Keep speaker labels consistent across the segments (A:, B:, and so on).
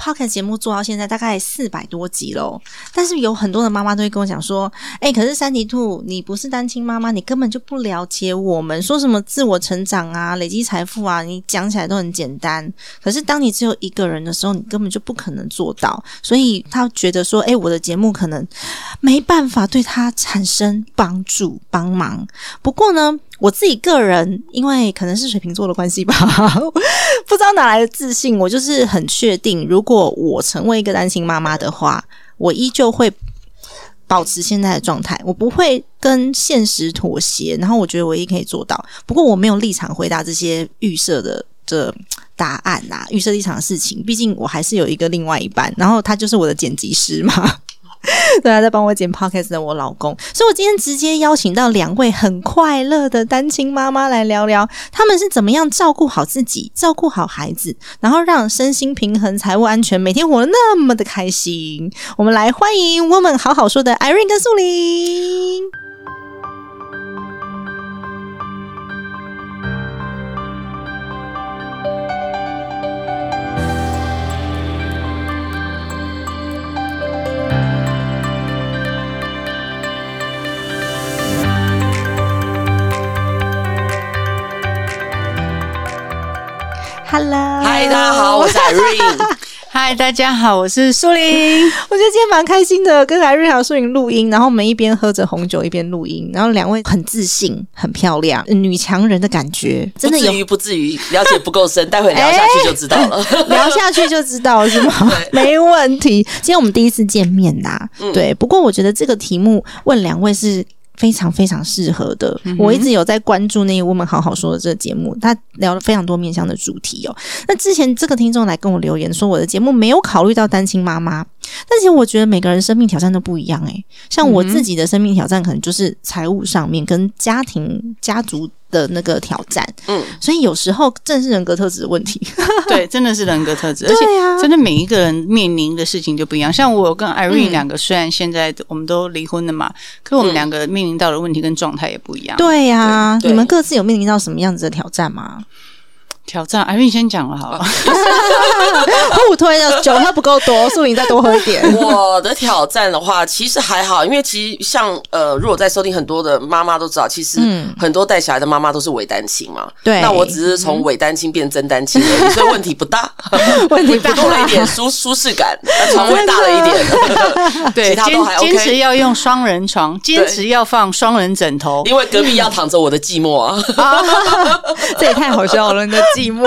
A: Pocket 节目做到现在大概四百多集喽，但是有很多的妈妈都会跟我讲说：“哎、可是 Sandy Two，你不是单亲妈妈，你根本就不了解我们说什么自我成长啊、累积财富啊，你讲起来都很简单。可是当你只有一个人的时候，你根本就不可能做到。所以他觉得说：‘哎、我的节目可能没办法对他产生帮助、帮忙。’不过呢，我自己个人，因为可能是水瓶座的关系吧， 不知道哪来的自信，我就是很确定，如果我成为一个单亲妈妈的话，我依旧会保持现在的状态，我不会跟现实妥协。然后我觉得我一定可以做到，不过我没有立场回答这些预设的这答案呐、预设立场的事情，毕竟我还是有一个另外一半，然后他就是我的剪辑师嘛。 对啊，在帮我剪 podcast 的我老公，所以我今天直接邀请到两位很快乐的单亲妈妈来聊聊，他们是怎么样照顾好自己、照顾好孩子，然后让身心平衡、财务安全，每天活得那么的开心。我们来欢迎 Woman 好好说的 Irene 跟素玲。Hello，
B: 嗨，大家好，我是 Irene。
C: 嗨，大家好，我是苏玲。
A: 我觉得今天蛮开心的，跟来瑞豪素云录音，然后我们一边喝着红酒一边录音，然后两位很自信、很漂亮，女强人的感觉， 真的
B: 不
A: 有
B: 至于不至于，了解不够深，待会聊下去就知道了。
A: 聊下去就知道是吗？ 没问题。今天我们第一次见面呐、对。不过我觉得这个题目问两位是。非常非常适合的，我一直有在关注那个《我们好好说》的这个节目，他聊了非常多面向的主题哦。那之前这个听众来跟我留言说，我的节目没有考虑到单亲妈妈，但其实我觉得每个人生命挑战都不一样诶、欸像我自己的生命挑战可能就是财务上面跟家庭家族的那个挑战，嗯
B: 嗯，
A: 所以有时候正是人格特质的问题，
C: 对，真的是人格特质，而
A: 对
C: 且
A: 啊
C: 真的每一个人面临的事情就不一样。像我跟 Irene
A: 嗯
C: 两个，虽然现在我们都离婚了嘛，可我们
B: 嗯
C: 两个面临到的问题跟状态也不一样。
A: 啊对呀、
B: 对
A: 你们各自有面临到什么样子的挑战 吗？
C: 挑战，Irene 先讲了好了。
A: 互推的酒喝不够多，素玲再多喝一点。
B: 我的挑战的话，其实还好，因为其实像呃，如果在收听很多的妈妈都知道，其实
A: 嗯
B: 很多带小孩的妈妈都是伪单亲嘛。
A: 对
B: 那我只是从伪单亲变真单亲而已，所以问题不大，
A: 问题 不大
B: 多了一点舒 舒适感，呃床位大了一点，哦
C: 对，
B: 其他
C: 坚
B: 都还
C: 坚持
B: OK。
C: 要用双人床，坚持要放双人枕头。
B: 因为隔壁要躺着我的寂寞啊，
A: 这也太好笑了，你的寂寞。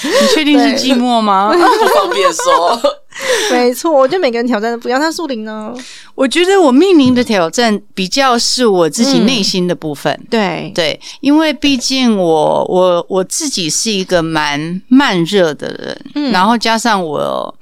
C: 你确定是寂寞吗？
B: 不方便说。
A: 没错，我觉得每个人挑战都不一样。那素玲呢？
C: 我觉得我面临的挑战比较是我自
B: 嗯
C: 己内心的部分。
A: 对，
C: 对，因为毕竟我我我自己是一个蛮慢热的人，
A: 嗯
C: 然后加上我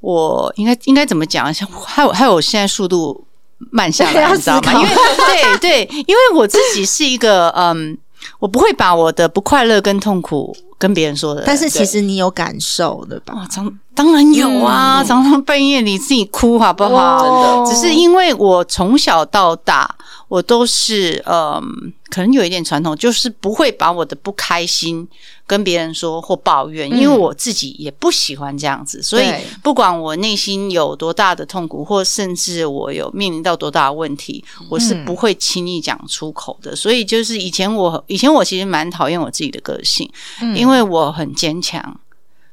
C: 我应该应该怎么讲？像还有还有，我现在速度慢下 来，
A: 要
C: 你知道吗？
A: 思考
C: 因为对对，因为我自己是一个嗯，我不会把我的不快乐跟痛苦跟别人说的人，
A: 但是其实你有感受的吧？
C: 哇，常当然有啊，
A: 嗯
C: 常常半夜你自己哭好不好？
A: 哇
C: 只是因为我从小到大，我都是嗯，可能有一点传统，就是不会把我的不开心跟别人说或抱怨，因为我自己也不喜欢这样子，所以
A: 对
C: 不管我内心有多大的痛苦，或甚至我有面临到多大的问题，我是不会轻易讲出口的。所以就是以前我以前我其实蛮讨厌我自己的个性，因为我很坚强。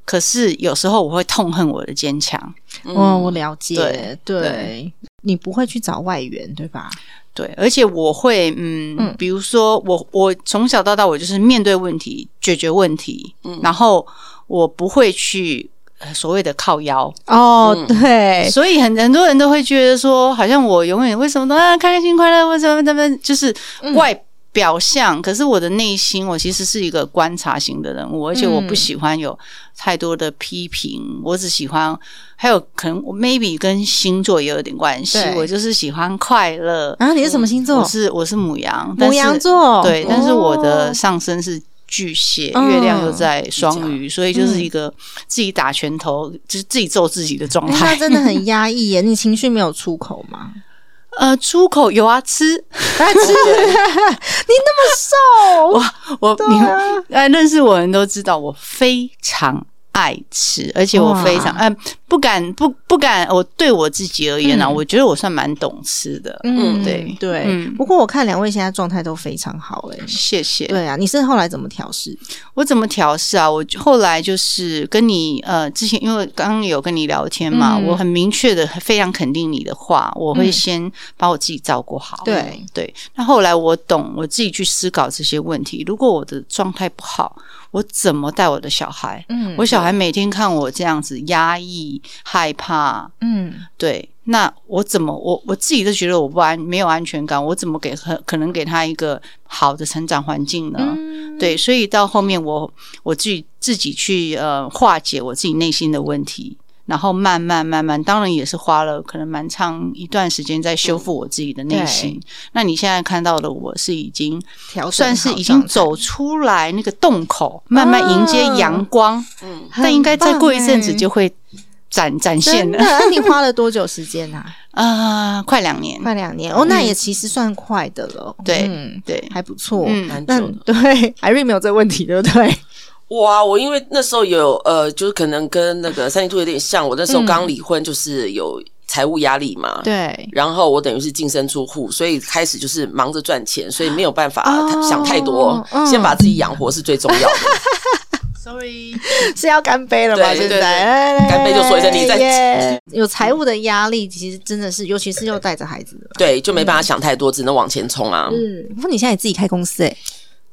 C: 可是有时候我会痛恨我的坚强，
A: 哦，我了解。对
C: 对，
A: 对你不会去找外援，对吧？
C: 对，而且我会，嗯，
A: 嗯
C: 比如说我，我从小到大，我就是面对问题，解决问题，
A: 嗯
C: 然后我不会去呃所谓的靠腰，
A: 哦，对，
C: 所以很很多
A: 嗯
C: 人都会觉得说，好像我永远为什么都啊开心快乐，为什么怎么就是外、表象，可是我的内心，我其实是一个观察型的人物，而且我
A: 嗯
C: 不喜欢有太多的批评，我只喜欢，还有可能我 maybe 跟星座也有点关系
A: 对，
C: 我就是喜欢快乐。
A: 啊，你是什么星
C: 我
A: 座？
C: 是我是母羊，但
A: 母
C: 是
A: 羊座。
C: 对，但是我的
A: 哦
C: 上升是巨蟹，
A: 嗯
C: 月亮又在双鱼，所以就是一个自己打拳头，就是自己揍自己的状
A: 哎那
C: 态。
A: 真的很压抑耶，你情绪没有出口吗？
C: 呃，出口有啊，吃
A: 但是你那么瘦，
C: 我
A: 啊
C: 你们呃认识我的人都知道，我非常。爱吃，而且我非常
A: 哇
C: 嗯、不敢不不敢，我对我自己而言呢、啊，
A: 嗯
C: 我觉得我算蛮懂吃的，
A: 嗯，
C: 对
A: 对。
C: 嗯
A: 不过我看两位现在状态都非常好，哎，
C: 谢谢。
A: 对啊，你是后来怎么调试？
C: 我怎么调试啊？我就后来就是跟你呃，之前因为刚刚有跟你聊天嘛，
A: 嗯
C: 我很明确的非常肯定你的话，我会
A: 嗯
C: 先把我自己照顾好。
A: 对
C: 对，那后来我懂，我自己去思考这些问题。如果我的状态不好，我怎么带我的小孩？
A: 嗯
C: 我小孩每天看我这样子压抑、害怕，
A: 嗯
C: 对，那我怎么我我自己都觉得我不安，没有安全感，我怎么给可可能给他一个好的成长环境呢？
A: 嗯，
C: 对，所以到后面我我自己自己去呃化解我自己内心的问题，然后慢慢慢慢，当然也是花了可能蛮长一段时间在修复我自己的内心。那你现在看到的我是已经
A: 调整好
C: 算是已经走出来那个洞口，慢慢迎接
A: 啊
C: 阳光，
B: 嗯，
A: 状态，
C: 但应该再过一阵子
A: 很棒哎
C: 就会展展现
A: 真的，
C: 了
A: 那你花了多久时间呐、
C: 啊、快两年，
A: 快两年哦，那也其实算快的了。
C: 对
A: 嗯，
C: 对，
A: 还不错。
C: 嗯
B: 蛮久
A: 那
B: 的。
A: 对，艾瑞没有这个问题，对不对？
B: 哇，我因为那时候有呃，就是可能跟那个三星兔有点像，我那时候刚离婚，就是有财务压力嘛。。
A: 对，
B: 然后我等于是净身出户，所以开始就是忙着赚钱，所以没有办法
A: 哦
B: 想太多，
A: 嗯
B: 先把自己养活是最重要 的。
C: ，sorry，
A: 是要干杯了吗？
B: 对
A: 现
B: 对对
A: 在哎
B: 干杯就说一声你再
A: 耶有财务的压力，其实真的是，尤其是又带着孩子的。
B: 对，就没办法想太多，只能往前冲啊。
A: 嗯，不过你现在也自己开公司哎、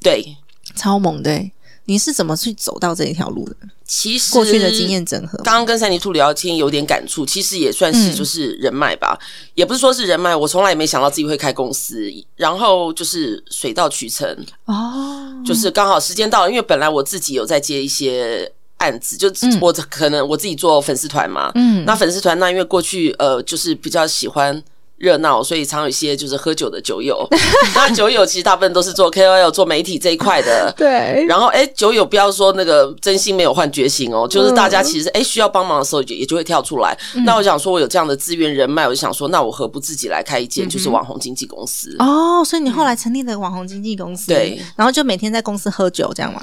B: 对，
A: 超猛的、欸。你是怎么去走到这一条路的？
B: 其实
A: 过去的经验整合吗。
B: 刚刚跟三尼兔聊天有点感触，其实也算是
A: 嗯
B: 就是人脉吧，也不是说是人脉，我从来没想到自己会开公司，然后就是水到渠成，
A: 哦，
B: 就是刚好时间到了，因为本来我自己有在接一些案子，就
A: 嗯
B: 我可能我自己做粉丝团嘛，
A: 嗯
B: 那粉丝团那因为过去呃就是比较喜欢。热闹，所以常有一些就是喝酒的 酒友。那酒友其实大部分都是做 KOL、做媒体这一块 的，
A: 对，
B: 然后，哎，酒友不要说那个真心没有幻觉醒哦，就是大
A: 嗯
B: 家其实哎需要帮忙的时候也也就会跳出来。那我想说，我有这样的资源人脉，我就想说，那我何不自己来开一
A: 嗯
B: 间就是网红经纪公司？
A: 哦，所以你后来成立了网红经纪公司，
B: 对，
A: 然后就每天在公司喝酒这样吗？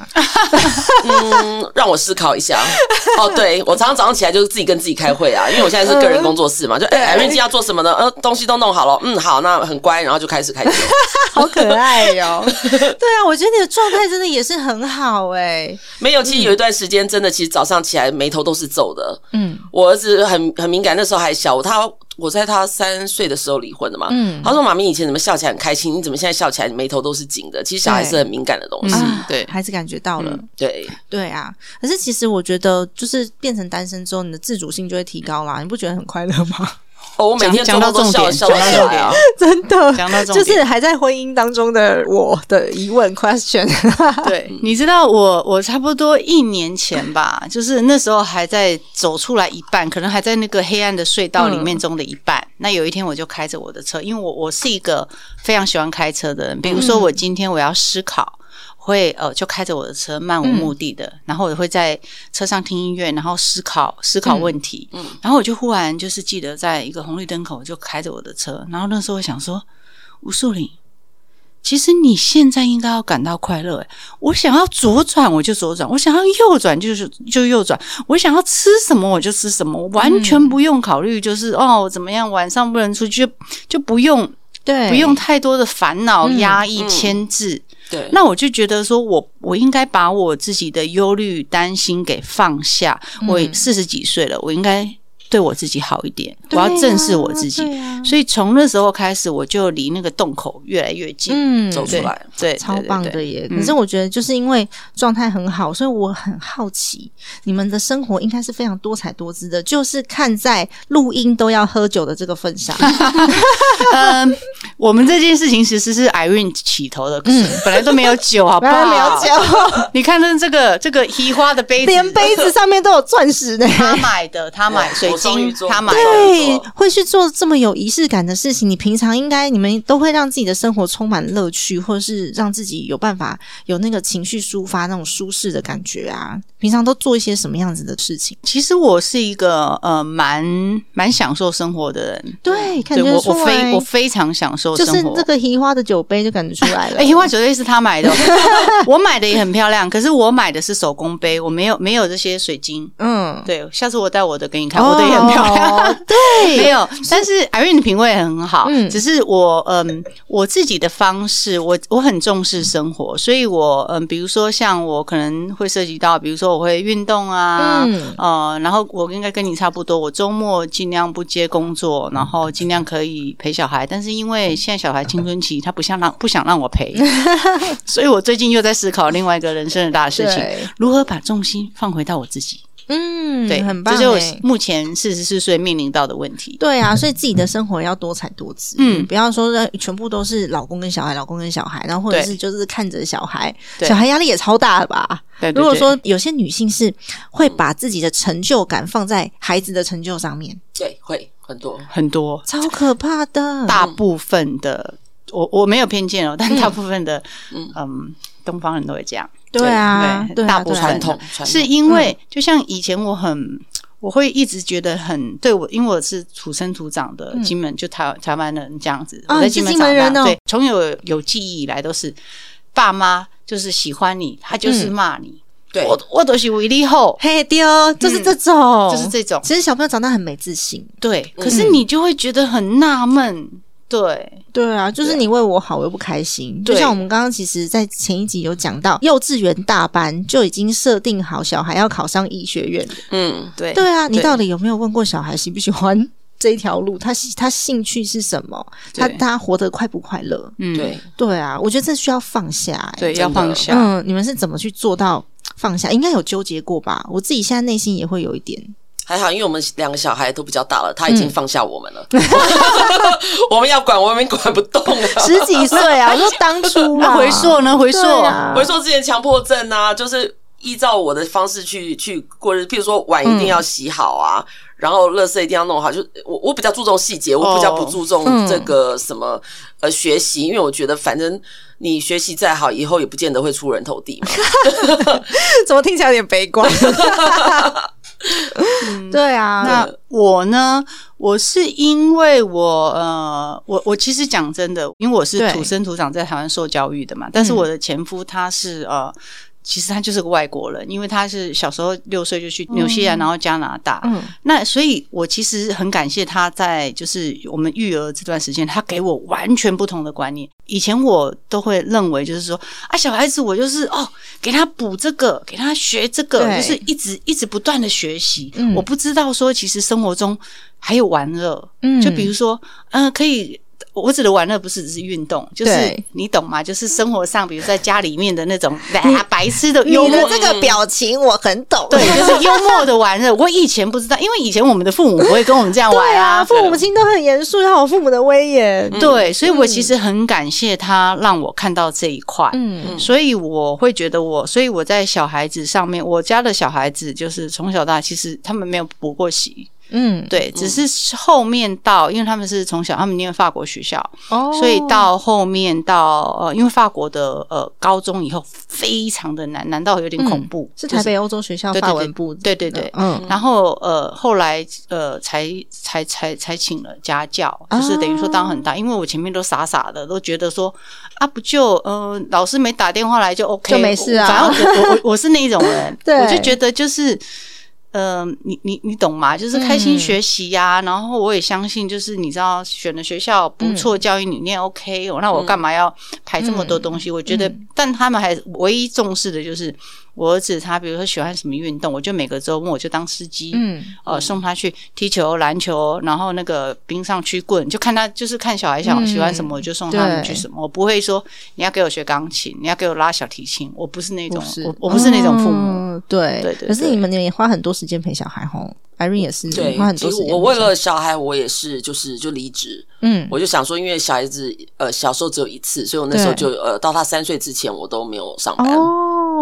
B: 嗯，让我思考一下。哦，对我常常早上起来就是自己跟自己开会啊，因为我现在是个人工作室嘛，就哎，
C: 嗯
B: 艾瑞今天要做什么呢？呃，东西都弄好了，嗯，好，那很乖，然后就开始开 酒。
A: 好可爱哟、 对啊，我觉得你的状态真的也是很好哎、
B: 没有，其实有一段时间真的，其实早上起来眉头都是皱的，
A: 嗯
B: 我儿子很很敏感，那时候还小，他我在他三岁的时候离婚的嘛。
A: 嗯
B: 他说：“妈咪，以前怎么笑起来很开心，你怎么现在笑起来你眉头都是紧的？”其实小孩
A: 对
B: 是很敏感的东西。
C: 嗯，对，
A: 还是感觉到了。
B: 对，
A: 对啊，可是其实我觉得，就是变成单身之后，你的自主性就会提高啦，你不觉得很快乐吗？
B: 哦，我每天做
C: 讲讲到
B: 梦都
C: 重
B: 笑
C: 点
B: 笑到起
C: 讲到
B: 来
C: 重点
B: 啊。
A: 真的
C: 讲到重
A: 就
C: 点
A: 是还在婚姻当中的我的疑问 question。
C: 对，你知道我我差不多一年前吧，就是那时候还在走出来一半，可能还在那个黑暗的隧道里面中的一半。那有一天我就开着我的车，因为我我是一个非常喜欢开车的人，比如说我今天我要思考。会呃，就开着我的车漫无目
A: 嗯
C: 的的，然后我会在车上听音乐，然后思考思
A: 嗯
C: 考问题，然后我就忽然就是记得在一个红绿灯口，我就开着我的车，然后那时候我想说，吴树林，其实你现在应该要感到快乐。诶欸我想要左转我就左转，我想要右转就是就右转，我想要吃什么我就吃什么，我
A: 嗯
C: 完全不用考虑就是、哦怎么样晚上不能出去，就就不用
A: 对
C: 不用太多的烦恼、
A: 嗯
C: 压抑、
B: 嗯
C: 牵制。
B: 对，
C: 那我就觉得说我我应该把我自己的忧虑、担心给放下。我
A: 嗯
C: 四十几岁了，我应该。对我自己好一点，我
A: 对
C: 要正视
A: 啊
C: 我自己。
A: 对啊
C: 所以从那时候开始，我就离那个洞口越来越近。
A: 嗯，
B: 走出
C: 对
B: 来，
C: 对，对
A: 超棒。的
C: 对对
A: 耶！
C: 嗯
A: 可是我觉得就是因为状态很好，所以我很好奇，你们的生活应该是非常多彩多姿的，就是看在录音都要喝酒的这个份 上，
C: 嗯，我们这件事情其实是 Irene 起头的，本来都没有酒，好不
A: 当然嗯
C: 好？
A: 没有。酒，
C: 你看这这个这个移花的杯子，
A: 连杯子上面都有钻石呢。
C: 他买的，他买
B: 我
C: 水
B: 我终于
C: 晶
B: 做，
C: 他
B: 到
C: 买
B: 了
C: 的。
A: 对，会去做这么有仪式感的事情，你平常应该你们都会让自己的生活充满乐趣，或者是让自己有办法有那个情绪抒发那种舒适的感觉啊。平常都做一些什么样子的事情？
C: 其实我是一个呃蛮蛮享受生活的人，
A: 对，感
C: 对
A: 觉
C: 我
A: 出
C: 我
A: 来
C: 非我非常享受
A: 就
C: 生活。
A: 是这个移花的酒杯就感觉出来了。
C: 哎，樱花酒类是他买的哦， 我买的也很漂亮，可是我买的是手工杯，我没有没有这些水晶。
A: 嗯，
C: 对，下次我带我的给你看，我的也很漂亮。
A: 哦。对，
C: 没有，但是 Irene 的品味很好，
A: 嗯
C: 只是我嗯我自己的方式，我我很重视生活，所以我嗯比如说像我可能会涉及到，比如说我会运动啊，
A: 嗯
C: 呃，然后我应该跟你差不多，我周末尽量不接工作，然后尽量可以陪小孩，但是因为现在小孩青春期，他不想让不想让 我陪，所以我最近又在思考另外一个人生的大事情
A: 对，
C: 如何把重心放回到我自己。
A: 嗯，
C: 对，
A: 很棒
C: 这就是我
A: 欸。
C: 目前四十四岁面临到的问题。
A: 对啊，所以自己的生活要多彩多姿，
C: 嗯
A: 不要说呃全部都是老公跟小孩，老公跟小孩，然后或者
C: 对
A: 是就是看着小孩，
C: 对
A: 小孩压力也超大的吧？
C: 对对
A: 如果
C: 对
A: 说有些女性是会把自己的成就感放在孩子的成就上面，
B: 对，会很多。
C: 很多
A: 超可怕的。
C: 大部分的，我我没有偏见哦，但大部分的，嗯。东方人都会这样，
A: 对啊，
C: 对
A: 对啊，
C: 大部
A: 对啊
B: 传
C: 分
B: 统传统
C: 是
A: 嗯
C: 因为就像以前我很，我会一直觉得很对我，因为我是土生土长的金门，就台台湾人这样子，
A: 啊
C: 我在
A: 你是
C: 金门
A: 金
C: 长
A: 门嗯
C: 大，
A: 人哦
C: 对，从有有记忆以来都是爸妈就是喜欢你，他就是
A: 嗯
C: 骂你，
B: 对，
C: 我我都是为你好，
A: 嘿丢，就是这种，
C: 嗯就是这种，
A: 其实小朋友长大很没自信，
C: 对，可是你就会觉得很纳闷，对，
A: 对啊，就是你为我好，我又不开心。就
C: 对
A: 像我们刚刚其实，在前一集有讲到，幼稚园大班就已经设定好小孩要考上医学院。
B: 嗯，
C: 对
A: 对啊，你到底有没有问过小孩喜不喜欢这一条路？他喜他兴趣是什么？他
C: 对
A: 他活得快不快乐？
C: 嗯
B: 对，
A: 对啊，我觉得这需要放下、欸。
C: 对，
B: 真
C: 要放
B: 的
C: 下，
A: 嗯，你们是怎么去做到放下？应该有纠结过吧？我自己现在内心也会有一点。
B: 还好，因为我们两个小孩都比较大了，他已经放下我们了。
A: 嗯
B: 我们要管，我们管不动了。
A: 十几岁啊，我说当初
C: 那
A: 嘛，
C: 回溯呢？回溯，
A: 对啊
B: 我说之前强迫症啊，就是依照我的方式去去过日，譬如说碗一定要洗好啊，
A: 嗯
B: 然后垃圾一定要弄好。就我我比较注重细节，
A: 哦
B: 我比较不注重
A: 嗯
B: 这个什么、呃学习，因为我觉得反正你学习再好，以后也不见得会出人头地嘛。
A: 怎么听起来有点悲 观？对啊，
C: 那我呢？我是因为我呃，我我其实讲真的，因为我是
A: 对
C: 土生土长在台湾受教育的嘛，但是
A: 嗯
C: 我的前夫他是呃。其实他就是个外国人，因为他是小时候六岁就去纽西兰，然后加拿大。
A: 嗯
C: 那所以，我其实很感谢他在就是我们育儿这段时间，他给我完全不同的观念。以前我都会认为就是说啊，小孩子我就是哦，给他补这个，给他学这个，
A: 对
C: 就是一直一直不断的学习。
A: 嗯
C: 我不知道说，其实生活中还有玩乐，
A: 嗯
C: 就比如说，嗯、可以。我指的玩乐不是只是运动，就是
A: 对
C: 你懂吗？就是生活上，比如在家里面的那种啊白痴的幽
A: 你的
C: 默，
A: 这个表情我很懂。
C: 对，就是幽默的玩乐。我以前不知道，因为以前我们的父母不会跟我们这样玩
A: 对啊，
C: 啊，
A: 父母亲都很严肃，要有父母的威严。
C: 对，所以我其实很感谢他让我看到这一块。
A: 嗯
C: 所以我会觉得我，所以我在小孩子上面，我家的小孩子就是从小到大，其实他们没有补过习，
A: 嗯，
C: 对，只是后面到，因为他们是从小他们念法国学校，
A: 哦
C: 所以到后面到呃，因为法国的呃高中以后非常的难，难到有点恐怖，
A: 是
C: 就
A: 台北欧洲学校
C: 对对
A: 法
C: 对
A: 文部，
C: 对对对
A: 嗯，
C: 然后呃，后来呃，才才才才请了家教，
A: 啊
C: 就是等于说当很大，因为我前面都傻傻的，都觉得说啊，不就呃，老师没打电话来就 OK，
A: 就没事啊，
C: 反正我我 我我是那种人
A: 对
C: 我就觉得就是。呃，你你你懂吗？就是开心学
A: 嗯
C: 习呀、然后我也相信，就是你知道选的学校不错，教育理念 OK，、哦那我干嘛要排这么多东西？我觉得，但他们还唯一重视的就是我儿子他比如说喜欢什么运动，我就每个周末我就当司机，
A: 嗯，
C: 呃，送他去踢球、篮球，然后那个冰上曲棍，就看他就是看小孩想喜欢什
A: 嗯
C: 么，我就送他们去
A: 对
C: 什么。我不会说你要给我学钢琴，你要给我拉小提琴，我不是那种
A: 不，是
C: 我我不是那种父母。
A: 嗯对
C: 对对
A: 可是
C: 对
A: 你们也花很多时间陪小孩吼，Irene 也是
B: 对
A: 花，很
B: 其
A: 多
B: 实
A: 时间陪小孩。
B: 我为了小孩，我也是就是就离职，
A: 嗯
B: 我就想说，因为小孩子呃小时候只有一次，所以我那时候
A: 对
B: 就呃到他三岁之前我都没有上班，
A: 哦，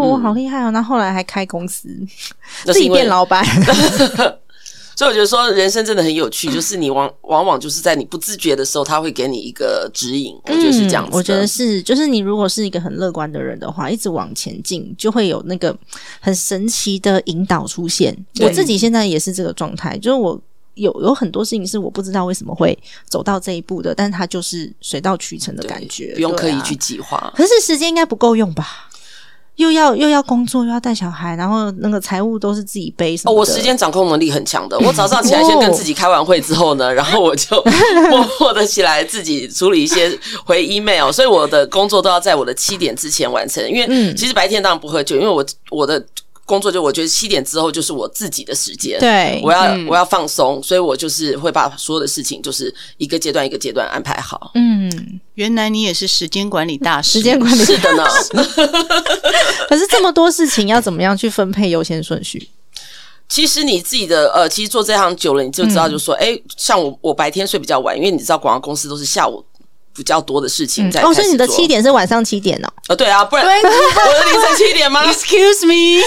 B: 嗯
A: 我好厉害哦！那后来还开公司，
B: 那
A: 自
B: 是
A: 己
B: 因为
A: 变老板，
B: 所以我觉得说人生真的很有趣，就是你往往往就是在你不自觉的时候，他会给你一个指引，我觉得是这样子
A: 嗯
B: 的。
A: 我觉得是，就是你如果是一个很乐观的人的话，一直往前进，就会有那个很神奇的引导出现。
B: 对
A: 我自己现在也是这个状态，就是我。有有很多事情是我不知道为什么会走到这一步的，但它就是水到渠成的
B: 对
A: 感觉，
B: 不用刻
A: 对
B: 意
A: 啊
B: 去计划。
A: 可是时间应该不够用吧？又要又要工作，又要带小孩，然后那个财务都是自己背什
B: 哦，
A: 么的。
B: 我时间掌控能力很强的。我早上起来先跟自己开完会之后 呢，然后我就 默默的起来自己处理一些回 email，所以我的工作都要在我的七点之前完成。因为
A: 嗯
B: 其实白天当然不喝酒，因为我我的工作就我觉得七点之后就是我自己的时间。。
A: 对，
B: 我要、
C: 嗯
B: 我要放松，所以我就是会把所有的事情就是一个阶段一个阶段安排好。
A: 嗯，
C: 原来你也是时间管理大师，
A: 时间管理。
B: 是的 呢，
A: 可是这么多事情要怎么样去分配优先顺 序？
B: 其实你自己的呃，其实做这行久了，你就知
A: 嗯
B: 道，就说，哎、像我我白天睡比较晚，因为你知道广告公司都是下午比较多的事情在、
A: 哦，所以你的
B: 开始做
A: 七点是晚上七点哦。
B: 呃，对啊，不然我的凌晨七点 吗？
C: Excuse me，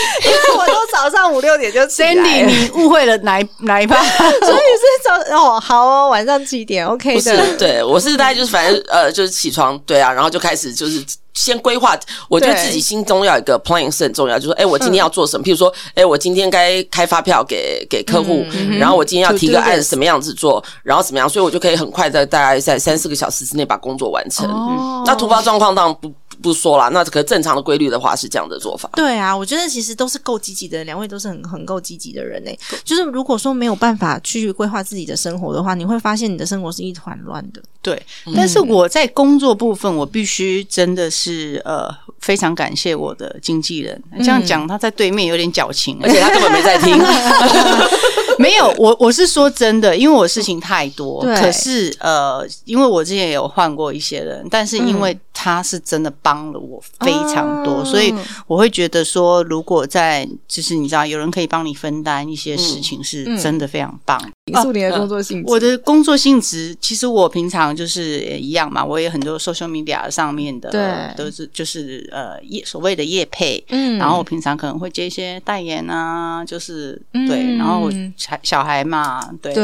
A: 我都早上五六点就起
C: Sandy，你误会了哪一哪一趴？
A: 所以是早哦，好哦，晚上七点
B: 不
A: ，OK
B: 是
A: 的。，
B: 对我是大概就 是反正呃，就是起床，对啊，然后就开始就是先规划，我觉得
A: 对嗯
B: 自己心中要有一个 plan 是很重要，就是说，哎、我今天要做什么？譬如说，哎、我今天该开发票给给客户，然后我今天要提个
A: 嗯 To do
B: 案，
A: list
B: 什么样子做，然后怎么样，所以我就可以很快在大概在三四个小时之内把工作完成。嗯
A: 哦
B: 那突发状况当然不不说啦，那可正常的规律的话是这样的做法。
A: 对啊，我觉得其实都是够积极的，两位都是很很够积极的人呢。欸就是如果说没有办法去规划自己的生活的话，你会发现你的生活是一团乱的。
C: 对，
A: 嗯
C: 但是我在工作部分，我必须真的是呃，非常感谢我的经纪人。
A: 嗯
C: 这样讲，他在对面有点 矫情、
B: 而且他根本没在听，
C: 没有，我我是说真的，因为我事情太多。
A: 对
C: 可是呃，因为我之前也有换过一些人，但是因为他是真的帮了我非常多，
A: 嗯哦
C: 所以我会觉得说，如果在就是你知道，有人可以帮你分担一些事
A: 嗯
C: 情，是真的非常棒。
A: 平素你的工作性
C: 哦我的工作性质，其实我平常就是也一样嘛，我也很多 social media 上面的，
A: 对
C: 都是就是呃业所谓的业配。
A: 嗯
C: 然后我平常可能会接一些代言啊，就是、对，
A: 嗯
C: 然后我小小孩嘛，对，
A: 对，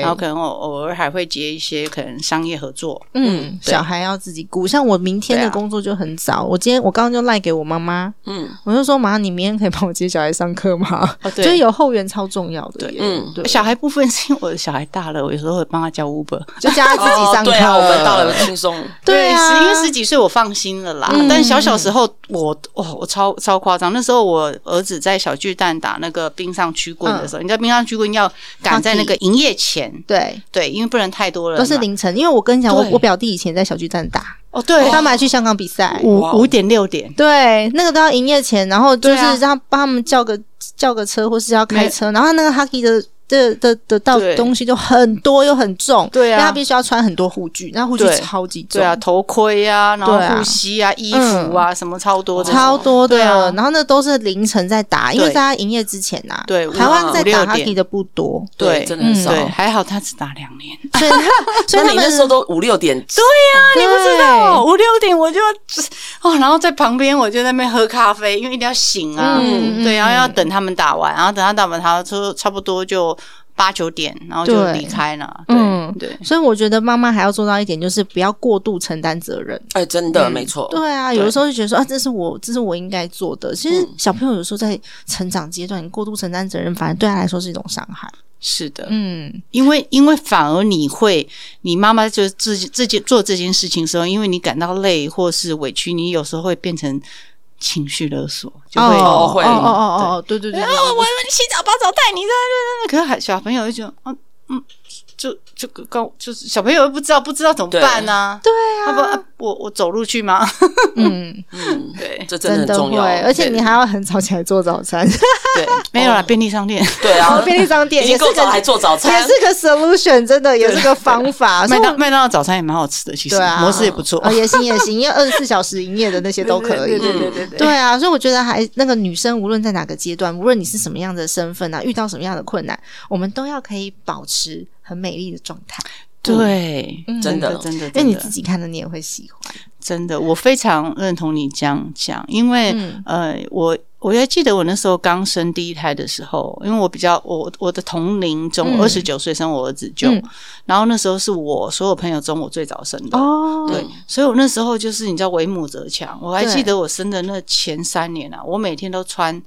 C: 然后可能我偶尔还会接一些可能商业合作，
A: 嗯，
C: 对
A: 小孩要自己顾。像我明天
C: 对
A: 的
C: 啊
A: 工作就很早，我今天我刚刚就赖给我妈妈，
B: 嗯
A: 我就说妈，你明天可以帮我接小孩上课吗？
C: 哦，
A: 就是有后援超重要的
C: 对
A: 耶，
B: 嗯
A: 对，
C: 小孩部分是因为我的小孩大了，我有时候会帮他叫 Uber，
A: 就叫他自己
B: 哦
A: 上课。
B: 对啊，我们到了轻松，
A: 对啊
C: 十因为十几岁我放心了啦。
A: 嗯
C: 但小小时候我哇，我超超夸张。那时候我儿子在小巨蛋打那个冰上曲棍
A: 嗯
C: 的时候，你知道冰上曲棍要赶在那个营业前，
A: 对，
C: 对，因为不能太多人嘛，
A: 都是凌晨，因为我跟你讲，我
C: 对
A: 我表弟以前在小巨蛋打，
C: 哦，对，
A: 他们还去香港比赛，
C: 五五点六点。
A: 对，那个都要营业前，然后就
C: 对啊
A: 是让帮他们叫个叫个车，或是要开车，然后那个 hockey 的的的的到
C: 对
A: 东西就很多又很重，
C: 对啊
A: 那他必须要穿很多护具，那护具
C: 对
A: 超级重，
C: 对啊，头盔啊，然后
A: 对啊
C: 护膝啊，衣服啊，什么超
B: 哦
C: 多的，
A: 超多的，
C: 对啊
A: 然后那都是凌晨在打，因为
C: 对
A: 大家营业之前呐、啊
C: 对
A: 台湾在
C: 五六
A: 打
C: 点
A: hockey 的不 多，
C: 对
B: 真的很少。
C: 对，还好他只打两年。
A: 所以嗯所以
B: 那
A: 他
B: 你
A: 们
B: 那时候都五六点，
A: 你不知
C: 哦，五六点我就要哦，然后在旁边我就在那边喝咖啡，因为一定要醒啊，
A: 嗯
C: 对，
A: 嗯
C: 然后要等他们打完，然后等他打完，他说差不多就八九点，然后就
A: 对
C: 离开了。对、
A: 嗯
C: 对，
A: 所以我觉得妈妈还要做到一点，就是不要过度承担责任。
B: 哎，真的没错，
A: 对啊，有的时候就觉得说啊，这是我，这是我应该做的。其
B: 嗯
A: 实小朋友有时候在成长阶段，你过度承担责任，反而对他来说是一种伤害。
C: 是的，
A: 嗯，
C: 因为因为反而你会，你妈妈就自己自己做这件事情的时候，因为你感到累或是委屈，你有时候会变成情绪勒索，就会
B: 哦会
A: 哦哦哦哦，对对对，
B: 哎
C: 哦，我以为你洗澡、泡澡带你在那那那，可是还小朋友就觉得，嗯嗯，就就高就是小朋友又不知道不知道怎么办呢、对啊，他不啊我我走路去吗？
A: 嗯，
B: 嗯，
C: 对
B: 这
A: 真
B: 真的很
A: 的
B: 重
A: 会
B: 要，，
A: 而且你还要很早起来做早 餐，
C: 对，没有啦，便利商店。
B: 对
A: 然后
B: 哦 啊，
A: 便利商店
B: 已
A: 也
B: 经
A: 是
B: 够早，
A: 个
B: 还做早
A: 也
B: 餐
A: 是，个 solution，真的也是个方法。所
C: 麦
A: 以
C: 当麦当劳早餐也蛮好吃的，其实
A: 对啊，
C: 模式也不错
A: 哦。也行也行，因为二十四小时营业的那些都可以。
B: 对对对对对
A: 对啊，所以我觉得还那个女生，无论在哪个阶段，无论你是什么样的身份啊，遇到什么样的困难，我们都要可以保持很美丽的状态，
C: 对，
A: 嗯
B: 真的
C: 真
A: 因
C: 的，
A: 为
C: 真
A: 哦哎你
C: 的
A: 自己看了你也会喜欢。
C: 真的，我非常认同你这样讲，因为、
A: 嗯
C: 呃，我我还记得我那时候刚生第一胎的时候，因为我比较我我的同龄中
A: 嗯
C: 二十九岁生我儿子就，
A: 嗯
C: 然后那时候是我所有朋友中我最早生的。
A: 哦
C: 对，所以我那时候就是你知道为母则强。我还
A: 对
C: 记得我生的那前三年啊，我每天都穿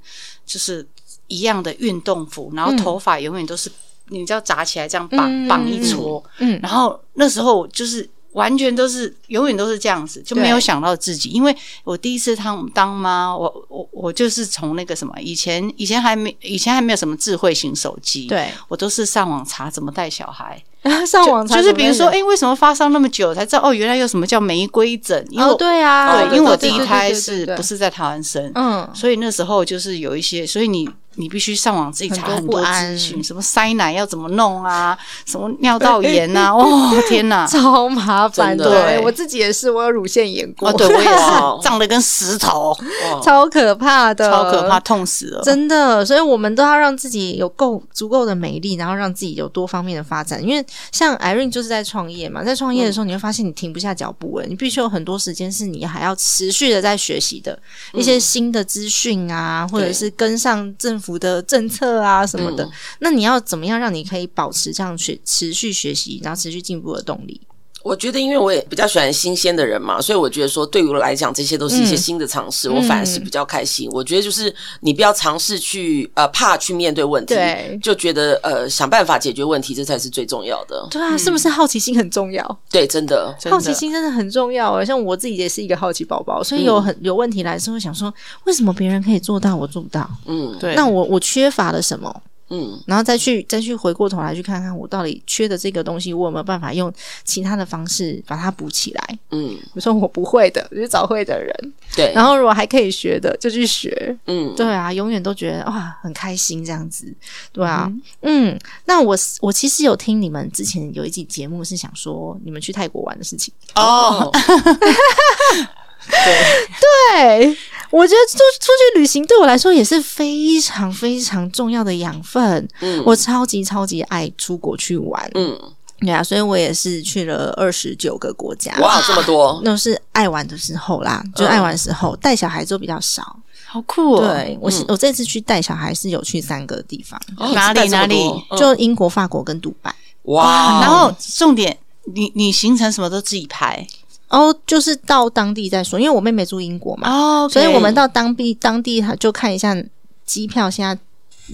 C: 就是一样的运动服，然后
A: 嗯
C: 头发永远都是、你知道扎起来这样绑
A: 嗯
C: 绑一撮，
A: 嗯
C: 然后那时候我就是完全都是永远都是这样子，就
A: 对
C: 没有想到自己，因为我第一次当当妈，我我我就是从那个什么，以前以前还没以前还没有什么智慧型手机，，
A: 对，
C: 我都是上网查怎么带小孩，
A: 上网
C: 就
A: 查
C: 就
A: 怎
C: 是
A: 么
C: 比如
A: 样
C: 说，哎、为什么发烧那么久才知道哦，原来有什么叫玫瑰疹，因为我、
A: 哦，对啊，
C: 对，
B: 对
C: 因为我第
A: 对
C: 一
A: 对
C: 胎
A: 对对
C: 是
A: 对
C: 不是在台湾生，
A: 嗯，
C: 所以那时候就是有一些，所以你你必须上网自己
A: 很
C: 查
A: 多
C: 很
A: 不
C: 多
A: 安
C: 资讯，什么塞奶要怎么弄啊，什么尿道炎啊，哦天哪！
A: 超麻烦
B: 真
A: 的。
B: 的
C: 对
A: 我自己也是，我有乳腺炎过，
C: 哦，对我也
B: 哇
C: 是胀得跟石头，
B: 哇
A: 哦超可怕的，
C: 超可怕，痛死了。
A: 真的，所以我们都要让自己有够足够的美丽，然后让自己有多方面的发展。因为像 Irene 就是在创业嘛，在创业的时候，你会发现你停不下脚步、诶，你必须有很多时间是你还要持续的在学习的一些新的资讯啊，或者是跟上政府的政策啊什么的。
B: 嗯
A: 那你要怎么样让你可以保持这样学持续学习，然后持续进步的动力？
B: 我觉得，因为我也比较喜欢新鲜的人嘛，所以我觉得说，对于我来讲，这些都是
A: 嗯
B: 一些新的尝试，我反而是比较开心。我觉得就是你不要尝试去呃怕去面对问题
A: 对，
B: 就觉得呃想办法解决问题，这才是最重要的。
A: 对啊，是不是好奇心很重要？
B: 对，真的，
C: 真的
A: 好奇心真的很重要啊！像我自己也是一个好奇宝宝，所以有很有问题来的时候，想说为什么别人可以做到，我做不到？
B: 嗯，
C: 对，
A: 那我我缺乏了什么？
B: 嗯，
A: 然后再去再去回过头来去看看我到底缺的这个东西，我有没有办法用其他的方式把它补起来？
B: 嗯，
A: 比如说我不会的，我就找会的人，
B: 对，
A: 然后如果还可以学的，就去学。
B: 嗯，
A: 对啊，永远都觉得哇很开心这样子，对啊，嗯，那我我其实有听你们之前有一集节目是想说你们去泰国玩的事情。
B: 哦，
A: 对，我觉得出出去旅行对我来说也是非常非常重要的养分。
B: 嗯，
A: 我超级超级爱出国去玩，
B: 嗯，
A: 对啊，所以我也是去了二十九个国家。
B: 哇，这 么多，
A: 那是爱玩的时候啦，就爱玩的时
B: 嗯
A: 候，带小孩就比较少。
C: 好酷哦！
A: 对我是，我这次去带小孩是有去三个地方，
B: 哦
C: 哪里
B: 你知道这么
C: 哪里
B: 多嗯
A: 就英国、法国跟杜拜。
B: 哇，
C: 然
A: 啊
C: 后重点，你你行程什么都自己排
A: 然后哦就是到当地再说，因为我妹妹住英国嘛，
C: 哦
A: 所以我们到当地当地就看一下机票现在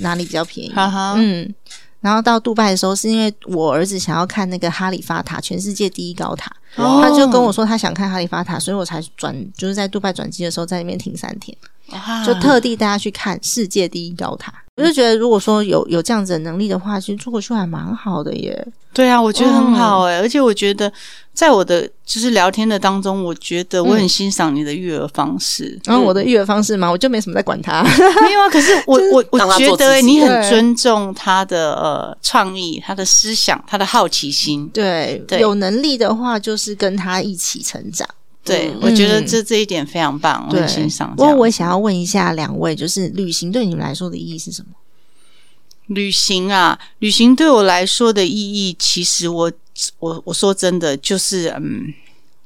A: 哪里比较便宜。
C: 哈哈，
A: 嗯，然后到杜拜的时候，是因为我儿子想要看那个哈利法塔，全世界第一高塔，
C: 哦
A: 他就跟我说他想看哈利法塔，所以我才转，就是在杜拜转机的时候在那边停三天，
C: 哇
A: 就特地带他去看世界第一高塔。
C: 嗯
A: 我就觉得，如果说有有这样子的能力的话，其实出国去还蛮好的耶。
C: 对啊，我觉得很好
A: 嗯
C: 哎、而且我觉得在我的就是聊天的当中，我觉得我很欣赏你的育儿方 式。
A: 然后我的育儿方式嘛，我就没什么在管 他。
C: 没有啊，可是我我我
B: 让他做
C: 觉得、欸、
B: 自己
C: 你很
A: 对
C: 尊重他的呃创意、他的思想、他的好奇
A: 嗯
C: 心。
A: 对，
C: 对
A: 有能力的话，就是跟他一起成长。
C: 对，
B: 嗯
C: 我觉得这哦这一点非常棒，我
A: 对
C: 很欣赏，
A: 不
C: 这
A: 过
C: 样。
A: 我想要问一下两位，就是旅行对你们来说的意义是什么？
C: 旅行啊，旅行对我来说的意义，其实我我我说真的就是嗯，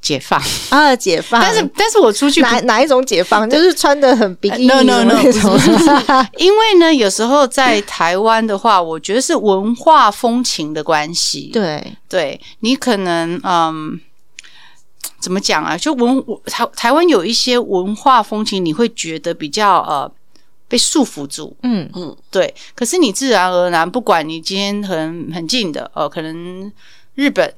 C: 解放。
A: 啊，解放！
C: 但是但是我出去不
A: 哪哪一种解放？就是穿的很比基尼
C: No, no, no，
A: 那种。
C: 因为呢，有时候在台湾的话，我觉得是文化风情的关系。
A: 对，
C: 对你可能嗯，怎么讲啊？就文我台台湾有一些文化风情，你会觉得比较呃被束缚住。
A: 嗯
C: 对，可是你自然而然，不管你今天很很近的，呃，可能日本。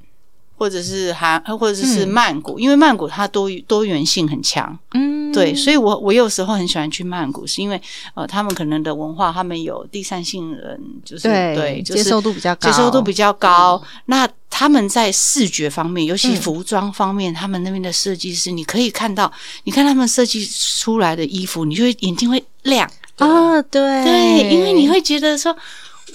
C: 或者是韩，或者是曼谷，因为曼谷它多多元性很强，
A: 嗯，
C: 对，所以我我有时候很喜欢去曼谷，是因为呃，他们可能的文化，他们有第三性人，就是
A: 对
C: 就是
A: 接受度比较高嗯
C: 接受度比较高。那他们在视觉方面，尤其服装方面，他们那边的设计师，你可以看到，你看他们设计出来的衣服，你就会眼睛会亮，
A: 啊，对
C: 对，因为你会觉得说，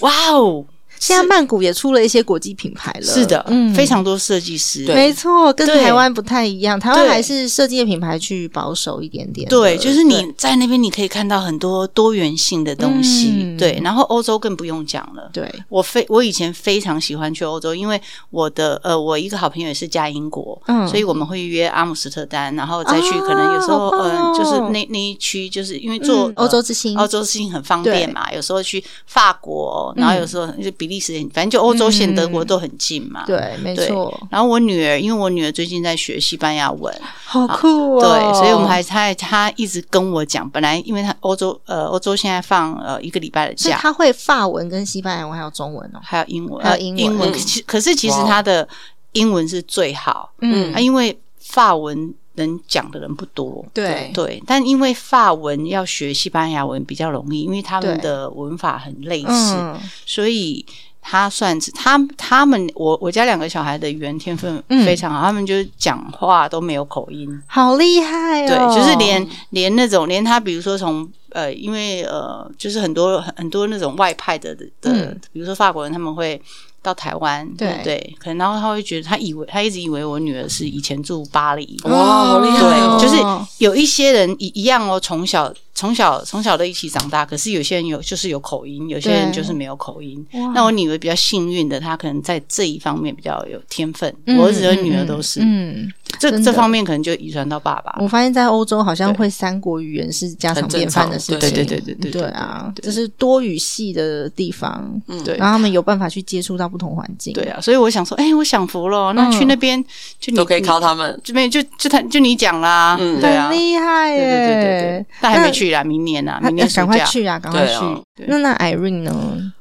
C: 哇哦，
A: 现在曼谷也出了一些国际品牌了，
C: 是的，
A: 嗯，
C: 非。常多设计师，
B: 对
A: 没错，跟
C: 对
A: 台湾不太一样，台湾
C: 对
A: 还是设计的品牌去保守一点点的。
C: 对，就是你在那边你可以看到很多多元性的东西，
A: 嗯
C: 对。然后欧洲更不用讲了，
A: 对，
C: 我非我以前非常喜欢去欧洲，因为我的呃，我一个好朋友也是嫁英国，
A: 嗯
C: 所以我们会约阿姆斯特丹，然后再去，
A: 哦
C: 可能有时
A: 好
C: 候、
A: 棒哦
C: 呃，就是那那一区，就是因为做
A: 嗯欧洲之星
C: 呃欧洲事情很方便嘛，有时候去法国，然后有时候就比利时，反正就欧洲线、
A: 嗯
C: 德国都很近嘛。
A: 对，没
C: 对
A: 错，
C: 然后我女儿，因为我女儿最近在学西班牙文，
A: 好酷哦。
C: 对，所以我们还她她一直跟我讲，本来因为她欧洲呃欧洲现在放呃一个礼拜的
A: 所以
C: 假，
A: 他会法文跟西班牙文还有中文哦。
C: 还有英文，
A: 还有
C: 呃
A: 英文
C: 英文。
B: 嗯
C: 可其可是其实他的英文是最好，
B: 嗯
C: 啊，因为法文能讲的人不多。
A: 对
C: 对，但因为法文要学西班牙文比较容易，因为他们
A: 对
C: 的文法很类似，
A: 嗯，
C: 所以他算是他他们我我家两个小孩的语言天分
A: 嗯
C: 非常好，他们就是讲话都没有口音，
A: 好厉害
C: 对
A: 哦！，
C: 就是连连那种连他，比如说从呃，因为呃，就是很多很很多那种外派的的的，
A: 嗯
C: 比如说法国人他们会到台湾，
A: 对
C: 不对，可能然后他会觉得他以为他一直以为我女儿是以前住巴黎，
B: 哇，好厉害
C: 对，
B: 哦！
C: 就是有一些人一一样哦，从小从小从小都一起长大，可是有些人有就是有口音，有些人
A: 对
C: 就是没有口音
A: 哇。
C: 那我女儿比较幸运的，她可能在这一方面比较有天分，
A: 嗯
C: 我儿子和女儿都是，
A: 嗯，嗯
C: 这
A: 真
C: 这
A: 的
C: 方面可能就遗传到爸爸。
A: 我发现在欧洲好像会三国语言是家常
B: 很正
A: 便饭的
B: 常
A: 事情。
B: 对
C: 对对对对对
A: 对啊，
C: 对
A: 这是多语系的地方，
B: 嗯
C: 对，
A: 然后他们有办法去接触到不同环境。
C: 对，啊，所以我想说，哎、我享福了，那
A: 嗯
C: 去那边、就你
B: 都可以
C: 你
B: 靠他们。
C: 这边就就他就你讲啦，
B: 嗯
C: 对啊
A: 很，厉害耶！
C: 对对对对对，但还没去啦，明年啦，
A: 那，
C: 明年
A: 那赶
C: 暑
A: 快
C: 假。
A: 去啊，赶快去
B: 对啊。
C: 对
A: 那那 Irene 呢？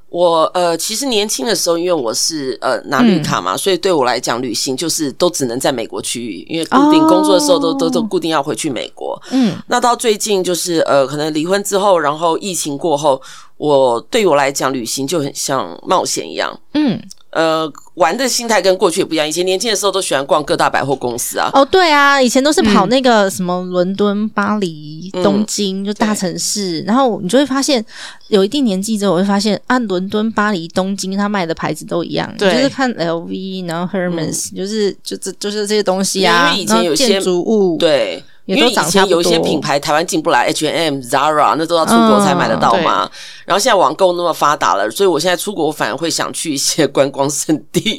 B: 我呃，其实年轻的时候，因为我是呃拿绿卡嘛，所以对我来讲，旅行就是都只能在美国区域，因为固定
A: 哦
B: 工作的时候都、都都固定要回去美国。
A: 嗯，
B: 那到最近就是呃，可能离婚之后，然后疫情过后，我对我来讲，旅行就很像冒险一样。
A: 嗯，
B: 呃，玩的心态跟过去也不一样。以前年轻的时候都喜欢逛各大百货公司啊，
A: 哦，对啊，以前都是跑那个什么伦敦、巴黎、东京，就大城市，然后你就会发现，有一定年纪之后，我会发现，按伦敦、巴黎、东京，它卖的牌子都一样，
C: 对
A: 就是看 LV，然后 Hermes，、就是就这就是这些东西啊，
B: 嗯因为以前有些
A: 然后建筑物，，
B: 对，
A: 也
B: 因
A: 都
B: 为以
A: 长差
B: 前
A: 不多
B: 有一些品牌台湾进不来，H&M、Zara 那都要出国才买得到嘛。
A: 嗯
B: 然后现在网购那么发达了，所以我现在出国，我反而会想去一些 观光圣 地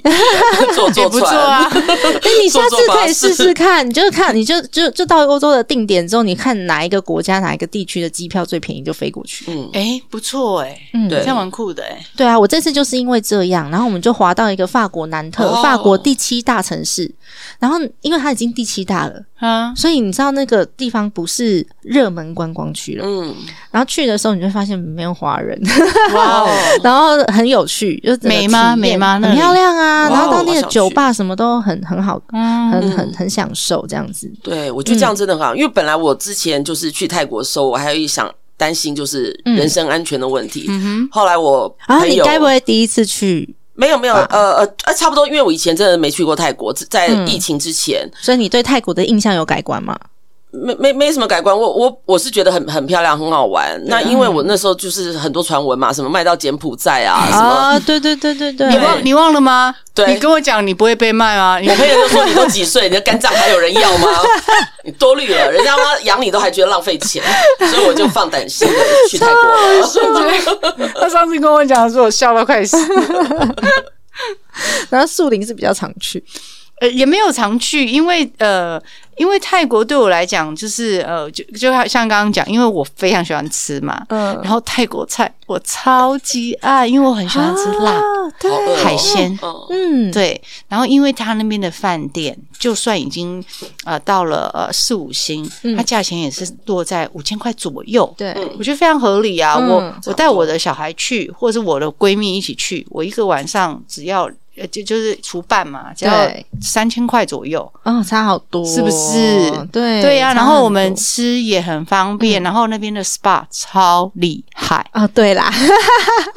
B: 坐坐
C: 不错
B: 船。
C: 啊
A: 哎，你下次
B: 坐坐巴
A: 可以
B: 士
A: 试试看，你就是 看，你就就就到欧洲的定点之后，你看哪一个国家、哪一个地区的机票最便宜，就飞过去。
B: 嗯，
C: 哎、不错哎、
A: 嗯，
B: 对
C: 这样蛮酷的哎、
A: 对啊，我这次就是因为这样，然后我们就滑到一个法国南特，
B: 哦
A: 法国第七大城市。然后因为它已经第七大了，
C: 啊，
A: 所以你知道那个地方不是热门观光区了。
B: 嗯，
A: 然后去的时候，你就会发现没有华人，
C: 哇哦，
A: 然后很有趣，就整个
C: 美吗
A: 体验
C: 美吗那
A: 很
C: 里
A: 漂亮啊！
B: 哇哦
A: 然后到那
B: 我
A: 个
B: 想去
A: 酒吧什么都很很好，
C: 嗯，
A: 很很很享受这样子。
B: 对，我
A: 嗯
B: 觉得这样真的很好，因为本来我之前就是去泰国的时候，我还有一想担心就是人身安全的问题。
C: 嗯
B: 后来我
A: 然后嗯
B: 朋
A: 啊你
B: 友
A: 该不会啊第一次去，
B: 没有没有呃呃呃差不多，因为我以前真的没去过泰国，在
A: 嗯
B: 疫情之前。
A: 所以你对泰国的印象有改观吗？
B: 没没没什么改观，我我我是觉得很很漂亮，很好玩。
C: 啊
B: 那因为我那时候就是很多传闻嘛，什么卖到柬埔寨啊，什 么。，
A: 对对对对对
C: 你忘你忘了吗？
B: 对
C: 你跟我讲你不会被卖吗？ 你
B: 我朋友就说你都几岁，你的肝脏还有人要吗？你多虑了，人家妈养你都还觉得浪费钱，所以我就放胆心的去泰国 了。
C: 他上次跟我讲的时候，我笑到快死。
A: 然后树林是比较常去，
C: 呃，也没有常去，因为呃，因为泰国对我来讲，就是呃，就就像刚刚讲，因为我非常喜欢吃嘛，
A: 嗯
C: 然后泰国菜我超级爱，因为我很喜欢吃辣、
A: 啊对
B: 好饿哦
C: 海鲜。
B: 嗯，
A: 嗯，
C: 对，然后因为他那边的饭店，就算已经呃到了呃四五星，它价钱也是落在五千块左右。
A: 嗯对
C: 我觉得非常合理啊！
A: 嗯
C: 我我带我的小孩去，或者是我的闺蜜一起去，我一个晚上只要呃就就是除半嘛，只要
A: 对
C: 三千块左右，
A: 哦，差好多，
C: 是不是
A: 对
C: 对呀、
A: 差
C: 然
A: 很
C: 后我
A: 多嗯
C: 们吃也很方便，然后那边的 SPA 超厉害，
A: 啊，对啦，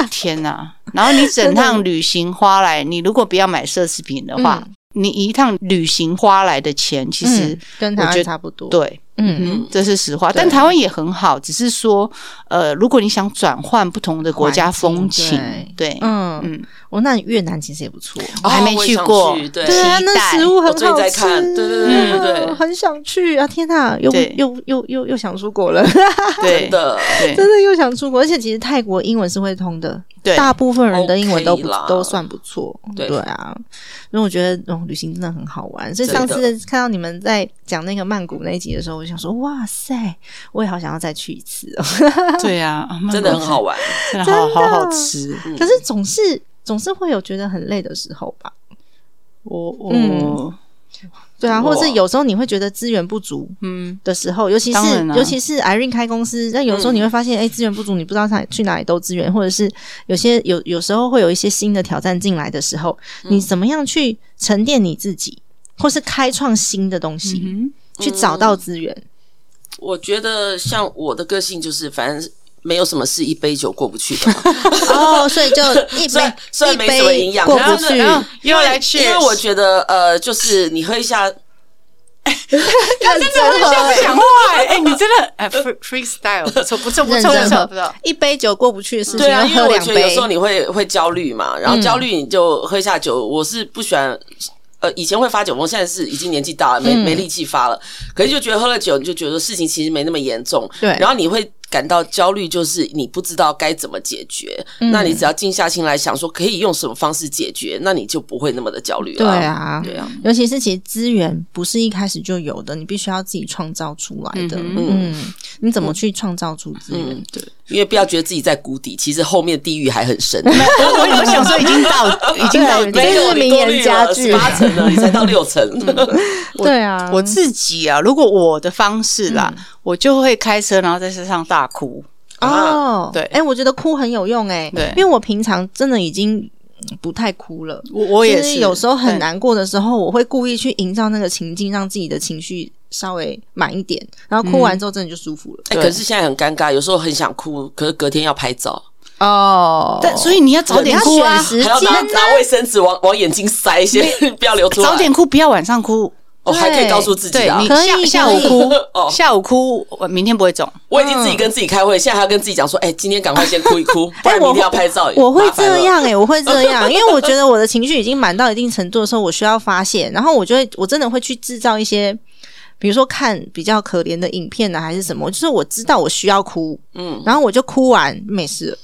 C: 天呐！然后你整趟旅行花来，你如果不要买奢侈品的话，你一趟旅行花来的钱，其实、
A: 嗯跟台
C: 我觉
A: 湾
C: 得
A: 差不多，，
C: 对，
A: 嗯，
C: 嗯，这是实话。但
A: 对
C: 台湾也很好，只是说，呃，如果你想转换不同的国家
A: 环境
C: 风情，对，
A: 嗯
C: 嗯，
A: 我那越南其实也不错，
C: 我还没
B: 哦我
C: 去
B: 也想
C: 过
B: 去对，
A: 对啊，那
C: 待
A: 食物很
B: 我最近
A: 好
B: 在
A: 吃，
B: 看对对对对对
A: 啊 很想去啊！天哪，又
C: 对
A: 又又又又想出国了，
C: 嗯 对
B: 真的，
C: 对
A: 真的又想出国，而且其实泰国英文是会通的，
C: 对
A: 大部分人的英文都不
B: OK 啦
A: 都算不错，
B: 对
A: 啊。因为我觉得哦，旅行真的很好玩，所以
B: 真
A: 上
B: 的
A: 次看到你们在讲那个曼谷那一集的时候，我就想说，哇塞，我也好想要再去一次哦。
C: 对啊，啊
B: 真的很好，玩。
C: 曼谷真的好好好吃。
B: 嗯
A: 可是总是总是会有觉得很累的时候吧？
C: 我我
A: 嗯对啊，或
B: 哇
A: 是有时候你会觉得资源不足，
C: 嗯，
A: 的时候，尤其是、
C: 当然啊
A: 尤其是 Irene 开公司，那有
B: 嗯
A: 时候你会发现，哎、资源不足，你不知道他去哪里兜资源，或者是有些有有时候会有一些新的挑战进来的时候，
B: 嗯
A: 你怎么样去沉淀你自己，或是开创新的东西，
C: 嗯
A: 去找到资源？
B: 我觉得像我的个性就是，反正没有什么是一杯酒过不去的嘛。
A: 哦，所以 就一
B: 嗯虽然
A: 杯一
B: 虽然没什么
A: 杯
B: 营养，
A: 过
B: 然后
A: 不去。
B: 然后因为
C: 又来 cheers
B: 因为我觉得呃，就是你喝一下，
C: 真的想讲话 哎，哎，你真的哎，free freestyle 不错不错不
A: 认
C: 错不
A: 真
C: 错
A: 喝
C: 不错，
A: 一杯酒过不去的事情，
B: 对啊，
A: 要
B: 因为
A: 喝
B: 我
A: 两
B: 觉得有
A: 杯
B: 时。候你会会焦虑嘛，然后焦虑你就喝一下酒，我是不喜
A: 嗯
B: 欢。呃，以前会发酒疯，现在是已经年纪大了，没没力气发了。可是就觉得喝了酒，你就觉得事情其实没那么严重，
A: 对
B: 然后你会感到焦虑，就是你不知道该怎么解决。
A: 嗯
B: 那你只要静下心来想，说可以用什么方式解决，那你就不会那么的焦虑
A: 对
B: 了。
A: 啊，
B: 对啊，
A: 尤其是其实资源不是一开始就有的，你必须要自己创造出来的。
C: 嗯
A: 嗯，你怎么去创造出资源？
B: 嗯因为不要觉得自己在谷底，其实后面地狱还 很深。
C: 我有想说已经到已经到
A: 对
C: 没
A: 这是名言佳句
B: 八层了，你才到六 层。
A: 对啊，
C: 我自己啊，如果我的方式啦，我就会开车，然后在车上大哭。
A: 哦，
C: 对
A: 哎、我觉得哭很有用、哎，
C: 对
A: 因为我平常真的已经嗯不太哭了，
C: 我我也
A: 就是有时候很
C: 对
A: 难过的时候，我会故意去营造那个情境，让自己的情绪稍微满一点，然后哭完之后真的就舒服了。
B: 哎，可是现在很尴尬，有时候很想哭，可是隔天要拍照，
A: 哦
C: 但所以你要早点哭啊
A: 你要，选时
B: 还要
A: 间
B: 拿拿卫生纸往往眼睛塞一些， 不要流出来。
C: 早点哭，不要晚上哭。
B: 哦，还可以告诉自己
C: 对
B: 啊
C: 你。
A: 可以
C: 下
A: 可以
C: 下午 哭
B: 哦，
C: 下午哭，我明天不会肿。
B: 我已经自己跟自己开会，现在还要跟自己讲说，哎，今天赶快先哭一哭，不
A: 哎
B: 然
A: 我
B: 明天要拍照。
A: 我会
B: 麻烦了
A: 这，样哎、我会这样， 因为我觉得我的情绪已经满到一定程度的时候，我需要发泄，然后我就会我真的会去制造一些，比如说看比较可怜的影片啊，还是什么，就是我知道我需要哭，
B: 嗯，
A: 然后我就哭完没事了，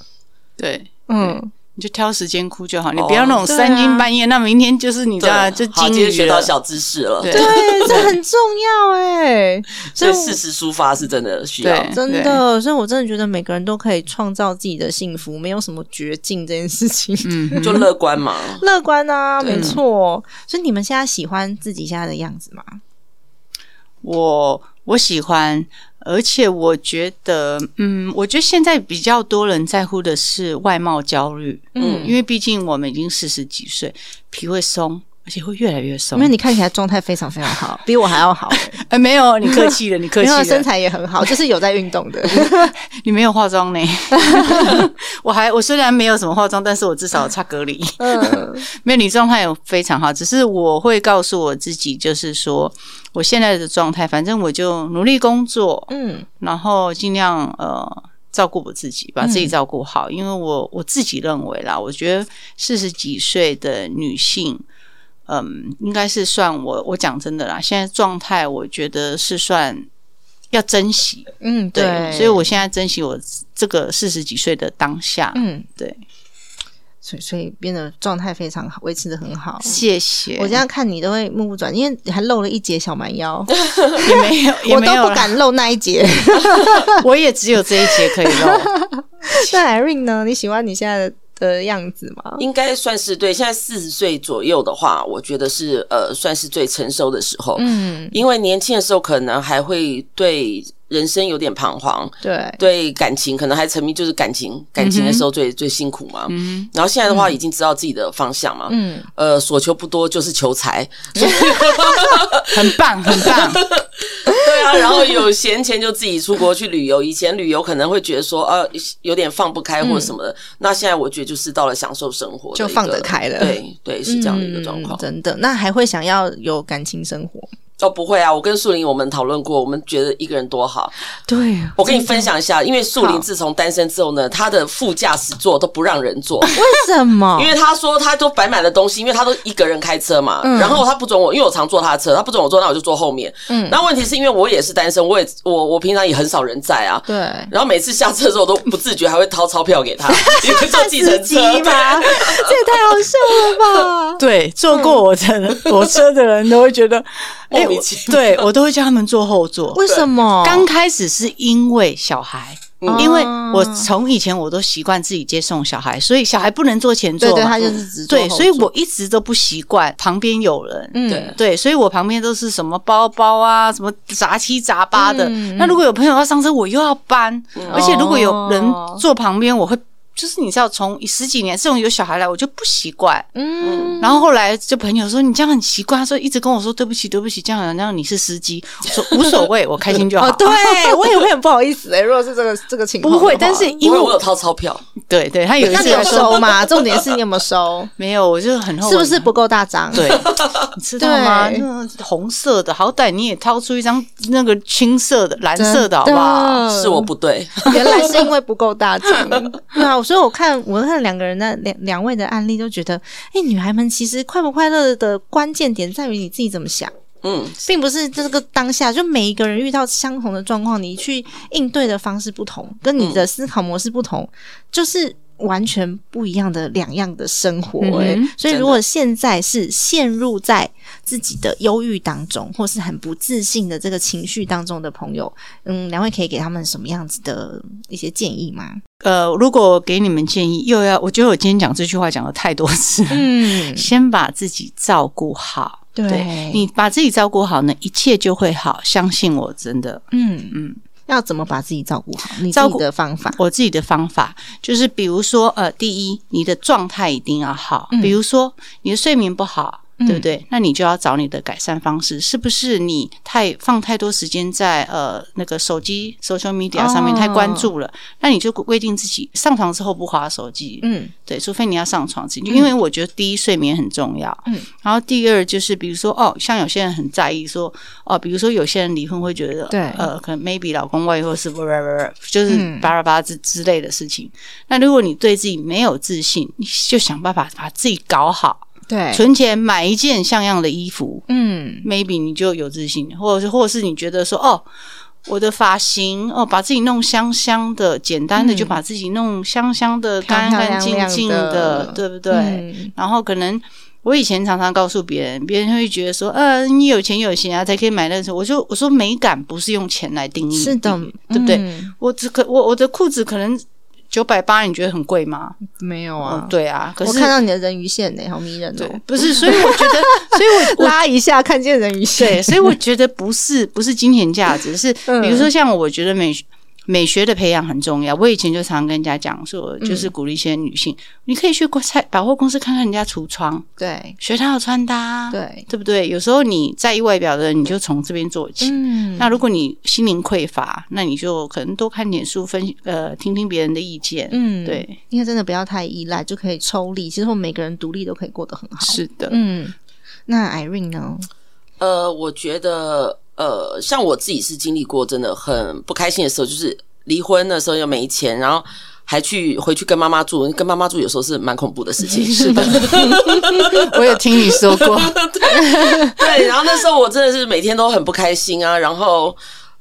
C: 对，
A: 嗯，
C: 你就挑时间哭就好，你
B: 哦
C: 不要那种
A: 对啊
C: 三更半夜。那明天就是你知道啊吗，就
B: 好，
C: 金
B: 今天
C: 鱼
B: 学到
C: 了。
B: 小知识了。
C: 对
A: 对，这很重要哎、 所
B: 所
A: 以
B: 以
A: 我
B: 事实抒发是真的需要
C: 对。
A: 真的，所以我真的觉得每个人都可以创造自己的幸福，没有什么绝境这件事情。
C: 嗯哼，
B: 就乐观嘛，
A: 乐观啊，
B: 对
A: 没错。所以你们现在喜欢自己现在的样子吗？
C: 我我喜欢，而且我觉得，嗯，我觉得现在比较多人在乎的是外貌焦虑，
A: 嗯
C: 嗯，因为毕竟我们已经四十几岁，皮会松，而且会越来越松
A: 因为。你看起来状态非常非常好，比我还要好、欸，
C: 哎，没有，你客气了，你客气
A: 然后
C: 了，
A: 身材也很好，就是有在运动的。
C: 你没有化 妆呢。我还我虽然没有什么化妆，但是我至少有擦隔离。
A: 嗯，
C: 没有，你状态有非常好，只是我会告诉我自己，就是说我现在的状态，反正我就努力工作，
A: 嗯，
C: 然后尽量呃照顾我自己，
A: 嗯
C: 把自己照顾好，因为我我自己认为啦，我觉得四十几岁的女性。嗯，应该是算我，我讲真的啦，现在状态我觉得是算要珍惜，
A: 嗯，
C: 对，
A: 对，
C: 所以我现在珍惜我这个四十几岁的当下，
A: 嗯，
C: 对，
A: 所以所以变得状态非常好，维持的很好。
C: 谢谢，
A: 我这样看你都会目不转，因为还露了一截小蛮腰，
C: 也没有，也
A: 我
C: 没
A: 都
C: 有
A: 不
C: 啦，
A: 敢露那一截。
C: 我也只有这一节可以露，
A: 那 Irene 呢？你喜欢你现在的的样子吗？
B: 应该算是对。现在四十岁左右的话，我觉得是呃，算是最成熟的时候。
A: 嗯
B: 因为年轻的时候可能还会对人生有点彷徨，
A: 对，
B: 对感情可能还沉迷，就是感情感
A: 嗯
B: 情的时候最、最辛苦嘛。
C: 嗯，
B: 然后现在的话，已经知道自己的方向嘛。
A: 嗯，
B: 呃，所求不多，就是求财。
C: 很棒，很 棒，
B: 对啊，然后有闲钱就自己出国去旅游。以前旅游可能会觉得说，呃，有点放不开或者什么的。那现在我觉得就是到了享受生活的一个，
A: 嗯就放得开了
B: 对对，是这样的一个状况
A: 嗯。真的，那还会想要有感情生活？
B: 哦，不会啊，我跟树林我们讨论过，我们觉得一个人多好。
A: 对，
B: 我跟你分享一下，因为树
A: 好
B: 林自从单身之后呢，他的副驾驶座都不让人坐。
A: 为什么？
B: 因为他说他都摆满了东西，因为他都一个人开车嘛，
A: 嗯
B: 然后他不准我，因为我常坐他的车，他不准我坐，那我就坐后面。嗯，那问题是因为我也是单身，我也我我平常也很少人在啊。
A: 对，
B: 然后每次下车的时候都不自觉还会掏钞票 给他，因为坐计程
A: 司机
B: 车
A: 吗？
B: 对
A: 这也太好笑了吧！
C: 对，坐过我的我车的人都会觉 得，哎、
B: 莫名
C: 我
B: 其妙
C: 对我都会叫他们坐后座。哦
A: 为什么？
C: 刚开始是因为小孩，
B: 嗯
C: 因为我从以前我都习惯自己接送小孩，所以小孩不能坐前座
A: 对
C: 嘛，
A: 对，他就是只坐
C: 对，
A: 后
C: 所以
A: 座
C: 我一直都不习惯旁边有人。
A: 嗯
B: 对
C: 对，所以我旁边都是什么包包啊，什么杂七杂八的。
A: 嗯
C: 那如果有朋友要上车，我又要搬，而且如果有人坐旁边，我会就是你知道，从十几年这种有小孩来，我就不习惯。
A: 嗯，
C: 然后后来就朋友说你这样很奇怪，他说一直跟我说对不起对不起，这样好像你是司机，我说无 所谓，我开心就好。
A: 哦， 对我也会很不好意思哎、如果是这个这个情况 的
C: 不
A: 话，
C: 会，但是因
B: 因
C: 为
B: 为我有掏钞票，
C: 对对，他有一
A: 那
C: 次
A: 你有
C: 还说
A: 收吗？重点是你有没有收？
C: 没有，我就很后悔，
A: 是不是不够大张？
C: 对， 你知道吗？
A: 对
C: 那红色的，好歹你也掏出一张那个青色的、蓝
A: 真的，
C: 色的，好不好？
B: 是
A: 嗯
B: 我不对，
A: 原来是因为不够大张。 对啊，所以我看我看两个人的两两位的案例，都觉得，哎，女孩们其实快不快乐的关键点在于你自己怎么想，
B: 嗯，
A: 并不是这个当下。就每一个人遇到相同的状况，你去应对的方式不同，跟你的思考模式不同，就是。完全不一样的两样的生活、欸，
C: 嗯哼
A: 所以
B: 真的
A: 如果现在是陷入在自己的忧郁当中，或是很不自信的这个情绪当中的朋友，嗯，两位可以给他们什么样子的一些建议吗？
C: 呃，如果给你们建议，又要，我觉得我今天讲这句话讲了太多次了，
A: 嗯，
C: 先把自己照顾好。
A: 对
C: 你把自己照顾好呢，一切就会好。相信我，真的，
A: 嗯
C: 嗯，
A: 要怎么把自己照顾好？你
C: 照
A: 自己
C: 顾
A: 的方法，
C: 我自己的方法就是，比如说，呃，第一，你的状态一定要好，比如说你的睡眠不好。对不对？那你就要找你的改善方式，是不是你太放太多时间在呃那个手机 social media 上面、
A: 哦
C: 太关注了？那你就规定自己上床之后不划手机，
A: 嗯
C: 对，除非你要上床自己，因为我觉得第一睡眠很重要，
A: 嗯，
C: 然后第二就是比如说哦，像有些人很在意说哦，比如说有些人离婚会觉得
A: 对
C: 呃，可能 maybe 老公外遇或是 w h a 就是
A: 嗯
C: 巴拉巴拉之之类的事情。那如果你对自己没有自信，你就想办法把自己搞好，
A: 对
C: 存钱买一件像样的衣服
A: 嗯
C: ，maybe 你就有自信，或者是或者是你觉得说哦。我的发型哦，把自己弄香香的，简单的就把自己弄香香的、
A: 漂嗯
C: 干
A: 漂
C: 干净
A: 亮
C: 净
A: 亮的
C: 对不对？
A: 嗯
C: 然后可能我以前常常告诉别人，别人会觉得说，嗯、你有钱有闲啊才可以买那种。我就我说美感不是用钱来定义，
A: 是的
C: 定义，对不对？
A: 嗯
C: 我只可我我的裤子可能九百八，你觉得很贵吗？
A: 没有
C: 哦，，对啊，可
A: 我
C: 是
A: 看到你的人鱼线呢，好迷人
C: 对
A: 哦，，
C: 不是，所以我觉得，所 以我我
A: 拉一下看见人鱼线
C: 对，，所以我觉得不是不是金钱价值，是
A: 嗯
C: 比如说像我觉得美美学的培养很重要。我以前就常跟人家讲说，就是鼓励一些女性，你可以去过菜百货公司看看人家橱窗，
A: 对
C: 学她的穿搭，
A: 对，
C: 对不对？有时候你在意外表的人，你就从这边做起。
A: 嗯
C: 那如果你心灵匮乏，那你就可能多看点书，分呃听听别人的意见。
A: 嗯
C: 对，
A: 因为真的不要太依赖，就可以抽离。其实我们每个人独立都可以过得很好。
C: 是的，
A: 嗯，那 Irene 呢？
B: 呃，我觉得呃，像我自己是经历过真的很不开心的时候，就是离婚的时候又没钱，然后。还去回去跟妈妈住，跟妈妈住有时候是蛮恐怖的事情。是的，
C: 我有听你说过，
B: 对，然后那时候我真的是每天都很不开心啊，然后。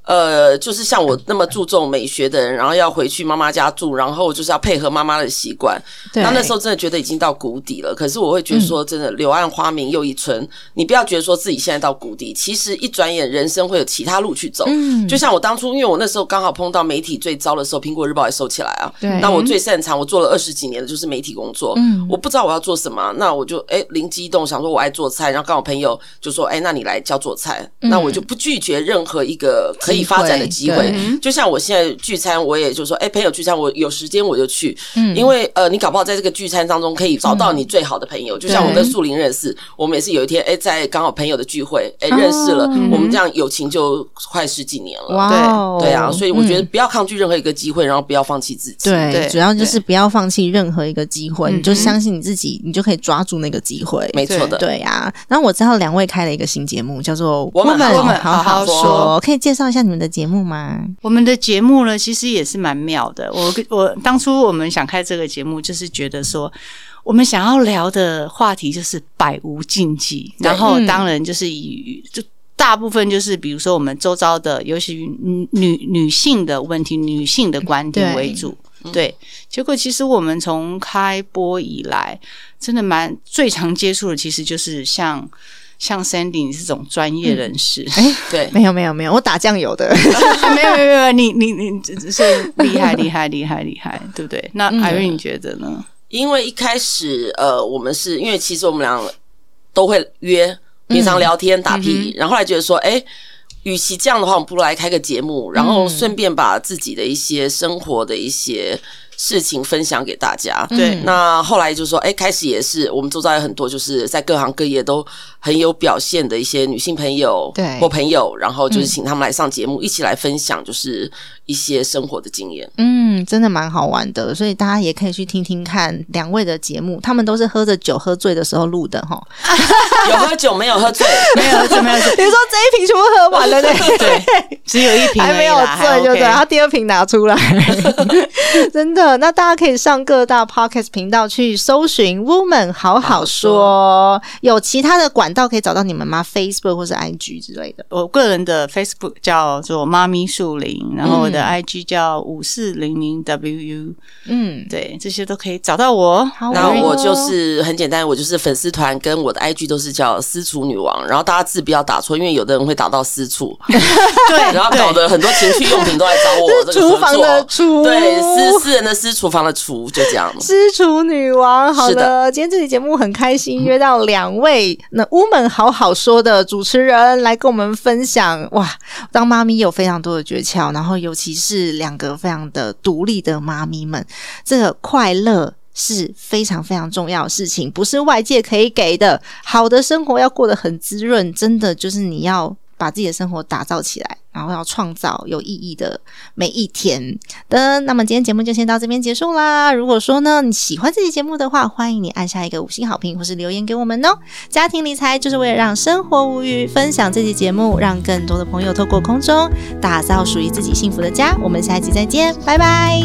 B: 呃，就是像我那么注重美学的人，然后要回去妈妈家住，然后就是要配合妈妈的习惯。
A: 对
B: 那那时候真的觉得已经到谷底了。可是我会觉得说，真的，柳暗花明又一村。你不要觉得说自己现在到谷底，其实一转眼人生会有其他路去走。
A: 嗯
B: 就像我当初，因为我那时候刚好碰到媒体最糟的时候，苹果日报也收起来啊。
A: 对
B: 那我最擅长，我做了二十几年的就是媒体工作。
A: 嗯
B: 我不知道我要做什么啊，那我就哎灵机一动，想说
A: 嗯
B: 我爱做菜，然后刚好朋友就说，哎，那你来教做菜，那我就不拒绝任何一个可以以发展的机会
A: 对。
B: 就像我现在聚餐，我也就说，哎，朋友聚餐，我有时间我就去，
A: 嗯
B: 因为呃，你搞不好在这个聚餐当中可以找到你最好的朋
A: 嗯
B: 友。就像我跟素林认识，我们也是有一天，哎，在刚好朋友的聚会，哎，
A: 哦
B: 认识了，我们这样友情就快十几年了。
A: 哇哦，
B: 对啊，所以我觉得
A: 嗯
B: 不要抗拒任何一个机会，然后不要放弃自己。
A: 对，
C: 对
A: 主要就是不要放弃任何一个机会，
C: 嗯
A: 你就相信你自己，你就可以抓住那个机会。
B: 没错的。
A: 对啊，然后我知道两位开了一个新节目，叫做《
B: 我们
C: 我们
A: 好
C: 好好
A: 说》
C: 说
A: 可以介绍一下你们的节目吗？
C: 我们的节目呢，其实也是蛮妙的。我我当初我们想开这个节目，就是觉得说，我们想要聊的话题就是百无禁忌，
B: 对
C: 然后
A: 嗯
C: 当然就是以就。大部分就是，比如说我们周遭的，尤其女女女性的问题、女性的观点
A: 对
C: 为主。对，结果其实我们从开播以来，真的蛮最常接触的，其实就是像像 Sandy 你这种专业人士。
B: 对，
A: 没有没有没有，我打酱油的。
C: 没有没有没有，你你你是厉害厉害厉害厉害，对不对？那
A: 嗯
C: Irene 你觉得呢？
B: 因为一开始呃，我们是因为其实我们俩都会约，平常聊天打
A: 嗯
B: 屁，然后后来觉得说，哎、与其这样的话，我们不如来开个节目，然
A: 嗯
B: 后顺便把自己的一些生活的一些事情分享给大家。
A: 嗯
C: 对
B: 那后来就说，哎、开始也是我们周遭有很多就是在各行各业都很有表现的一些女性朋友，
A: 对
B: 或朋友，然后就是请他们来上节目，一起来分享就是一些生活的经 验。
A: 嗯，真的蛮好玩的，所以大家也可以去听听看两位的节目，他们都是喝着酒喝醉的时候录的 哈。
B: 有喝酒没有喝 醉？
C: 没有怎么样？
A: 比如说这一瓶全部喝完了，对，
C: 对，只有一瓶而
A: 还
C: 已啦
A: 没有醉就对，然后。第二瓶拿出来，真的。那大家可以上各大 podcast 频道去搜寻 “woman 好好说”，有其他的管道可以找到你们吗？Facebook 或是 IG 之类的。
C: 我个人的 Facebook 叫做妈咪树林，然后我的 IG 叫五四零零 WU，
A: 嗯，
C: 对，这些都可以找到我。
A: 好
B: 那
A: 哦
B: 我就是很简单，我就是粉丝团跟我的 IG 都是叫私厨女王，然后大家字不要打错，因为有的人会打到私 处，
C: 对，
B: 然后搞得很多情趣用品都来找我这个
A: 厨
B: 合
A: 房的
B: 作。
A: 厨，
B: 对，私私人的私，厨房的厨，就这样。
A: 知厨女王，好
B: 是的
A: 了，今天这期节目很开心，约到两位那 woman 好好说的主持人来跟我们分享。哇，当妈咪有非常多的诀窍，然后尤其是两个非常的独立的妈咪们，这个快乐。是非常非常重要的事情，不是外界可以给的。好的生活要过得很滋润，真的就是你要把自己的生活打造起来，然后要创造有意义的每一天。的，那么今天节目就先到这边结束啦。如果说呢你喜欢这期节目的话，欢迎你按下一个五星好评或是留言给我们哦。家庭理财就是为了让生活无虞，分享这期节目，让更多的朋友透过空中打造属于自己幸福的家。我们下一集再见，拜拜。